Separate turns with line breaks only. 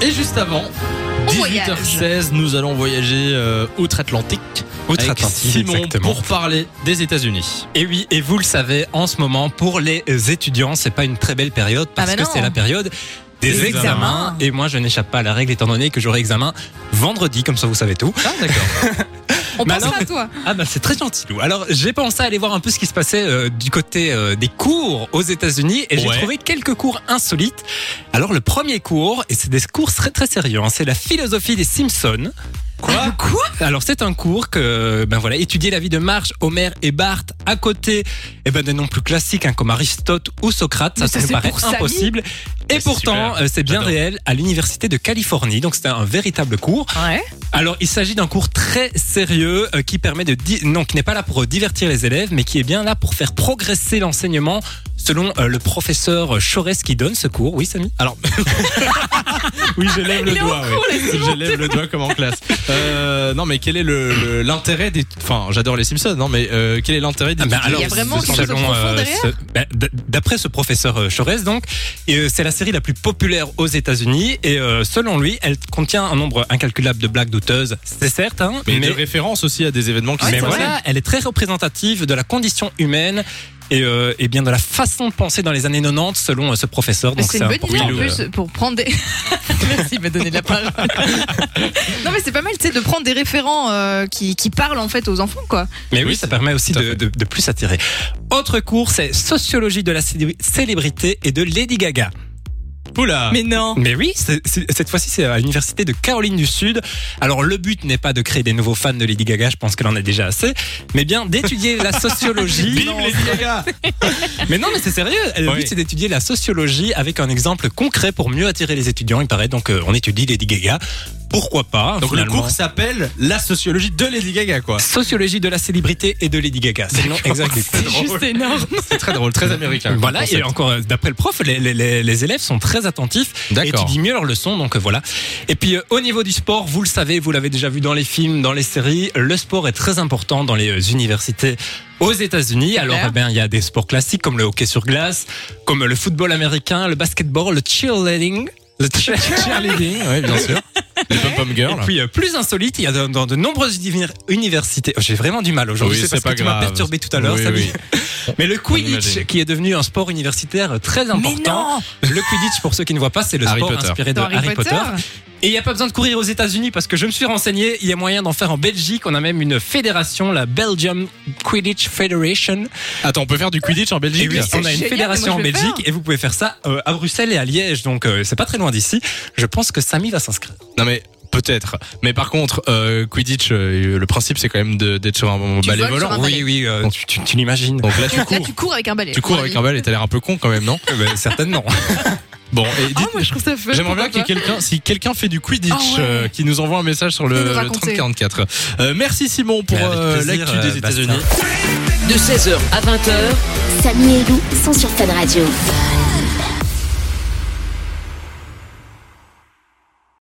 Et juste avant,
On
18h16, nous allons voyager euh, outre-Atlantique. avec
Outre-Atlantique,
Simon
exactement.
pour parler des États-Unis.
Et oui, et vous le savez, en ce moment, pour les étudiants, c'est pas une très belle période parce
Ah bah
que
non.
c'est la période des
Des
examens.
examens.
Et moi, je n'échappe pas à la règle étant donné que j'aurai examen vendredi, comme ça vous savez tout.
Ah d'accord.
On
Bah
pensera
non.
à toi.
Ah bah c'est très gentil, Lou. Alors j'ai pensé à aller voir un peu ce qui se passait euh, du côté euh, des cours aux États-Unis et j'ai
Ouais.
trouvé quelques cours insolites. Alors le premier cours, et c'est des cours très très sérieux, hein, c'est la philosophie des Simpsons.
Ah, Quoi
Alors c'est un cours que ben voilà étudier la vie de Marge, Homer et Barthes à côté eh ben des noms plus classiques hein, comme Aristote ou Socrate
Mais
ça
ça,
me
c'est
paraît
pour Samy.
impossible et
c'est
pourtant
super.
euh, c'est bien
J'adore.
réel à l'université de Californie donc c'était un véritable cours
Ouais.
alors, il s'agit d'un cours très sérieux euh, qui permet de di- non qui n'est pas là pour divertir les élèves, mais qui est bien là pour faire progresser l'enseignement selon euh, le professeur Chorès qui donne ce cours. Oui, Samy. Alors,
Oui, je lève le
Il est en
doigt.
cours,
oui. Je lève le doigt comme en classe. Euh, non, mais quel est le- le- l'intérêt des. Enfin, j'adore les Simpsons, non, mais euh, quel est l'intérêt des.
Ah ben
étudiants
alors,
Il y a vraiment
ce-
quelque chose de
selon,
profond
euh,
derrière
ce- ben, d- D'après ce professeur euh, Chorès, donc, et, euh, c'est la série la plus populaire aux États-Unis et euh, selon lui, elle contient un nombre incalculable de blagues douteuses. C'est certes, hein,
Mais, de référence aussi à des événements qui
mais
se passaient.
voilà, elle est très représentative de la condition humaine et, euh, et bien de la façon de penser dans les années 90 selon euh, ce professeur.
Mais
Donc
C'est une bonne idée en
important de-
plus pour prendre des. Merci de me donner de la parole. non mais c'est pas mal, tu sais, de prendre des référents euh, qui, qui parlent en fait aux enfants quoi.
Mais oui,
Oui,
ça
c'est-
permet aussi
tout à
de,
fait.
de- de plus s'attirer. Autre cours, c'est sociologie de la célé- célébrité et de Lady Gaga.
Oula
Mais non.
Mais oui, c'est- c'est- cette fois-ci, c'est à l'université de Caroline du Sud. Alors, le but n'est pas de créer des nouveaux fans de Lady Gaga, je pense qu'elle en a déjà assez, mais bien d'étudier la sociologie.
Bim, Lady Gaga
Mais non, mais c'est sérieux. Le
Oui.
but, c'est d'étudier la sociologie avec un exemple concret pour mieux attirer les étudiants. Il paraît donc euh, on étudie Lady Gaga. Pourquoi pas
Donc
finalement.
le cours s'appelle La sociologie de Lady Gaga, quoi.
Sociologie de la célébrité et de Lady Gaga. C'est le nom exact du
C'est
cours.
drôle.
Juste énorme.
C'est très drôle, très américain.
Voilà,
Concept.
et encore euh, d'après le prof, les, les- les- les élèves sont très attentifs et
D'accord.
étudient mieux leurs leçons, donc euh, voilà. Et puis euh, au niveau du sport, vous le savez, vous l'avez déjà vu dans les films, dans les séries, le sport est très important dans les euh, universités aux États-Unis. Alors
clair.
eh ben, il y a des sports classiques comme le hockey sur glace, comme le football américain, le basketball, le cheerleading. Le cheer- cheerleading, oui, bien sûr.
Les Pom Pom
Et
Girls.
puis, euh, plus insolite, il y a dans, dans de nombreuses univers- universités. Oh, J'ai vraiment du mal aujourd'hui,
Oui,
c'est
c'est pas
parce que tu m'as
grave.
perturbé tout à l'heure,
Oui,
Samy.
oui.
Mais le Quidditch,
imagine.
qui est devenu un sport universitaire euh, très
Mais
important.
non.
Le Quidditch, pour ceux qui ne voient pas, c'est le
Harry
sport
Potter.
inspiré de
Dans Harry, Potter.
Et il n'y a pas besoin de courir aux États-Unis parce que je me suis renseigné, il y a moyen d'en faire en Belgique. On a même une fédération, la Belgium Quidditch Federation.
Attends, on peut faire du Quidditch en
Et
Belgique
Eh oui, on a
c'est
une
génial,
fédération en
mais moi, je vais le
Belgique et vous pouvez faire ça euh, à Bruxelles et à Liège. Donc euh, c'est pas très loin d'ici. Je pense que Samy va s'inscrire.
Non mais peut-être. Mais par contre, euh, Quidditch, euh, le principe c'est quand même de- d'être sur un
Tu
balai
voles sur
volant.
un balai.
Oui, oui, euh, tu, tu- tu l'imagines.
Donc là tu
Là
cours.
tu cours avec un balai.
Tu cours avec un balai, t'as l'air un peu con quand même, non
Euh, ben, certainement.
Bon, et
Ah
dites,
moi je trouve ça fun.
J'aimerais bien
pourquoi
qu'il y ait quelqu'un, si quelqu'un fait du Quidditch,
Ah ouais.
euh, qui nous envoie un message sur le,
Venez nous
le
raconter.
3044. Euh, merci Simon pour
Mais avec
euh,
plaisir,
l'actu
euh,
des
Bastien.
États-Unis.
De 16h à 20h,
Samy et Lou sont sur Fan Radio.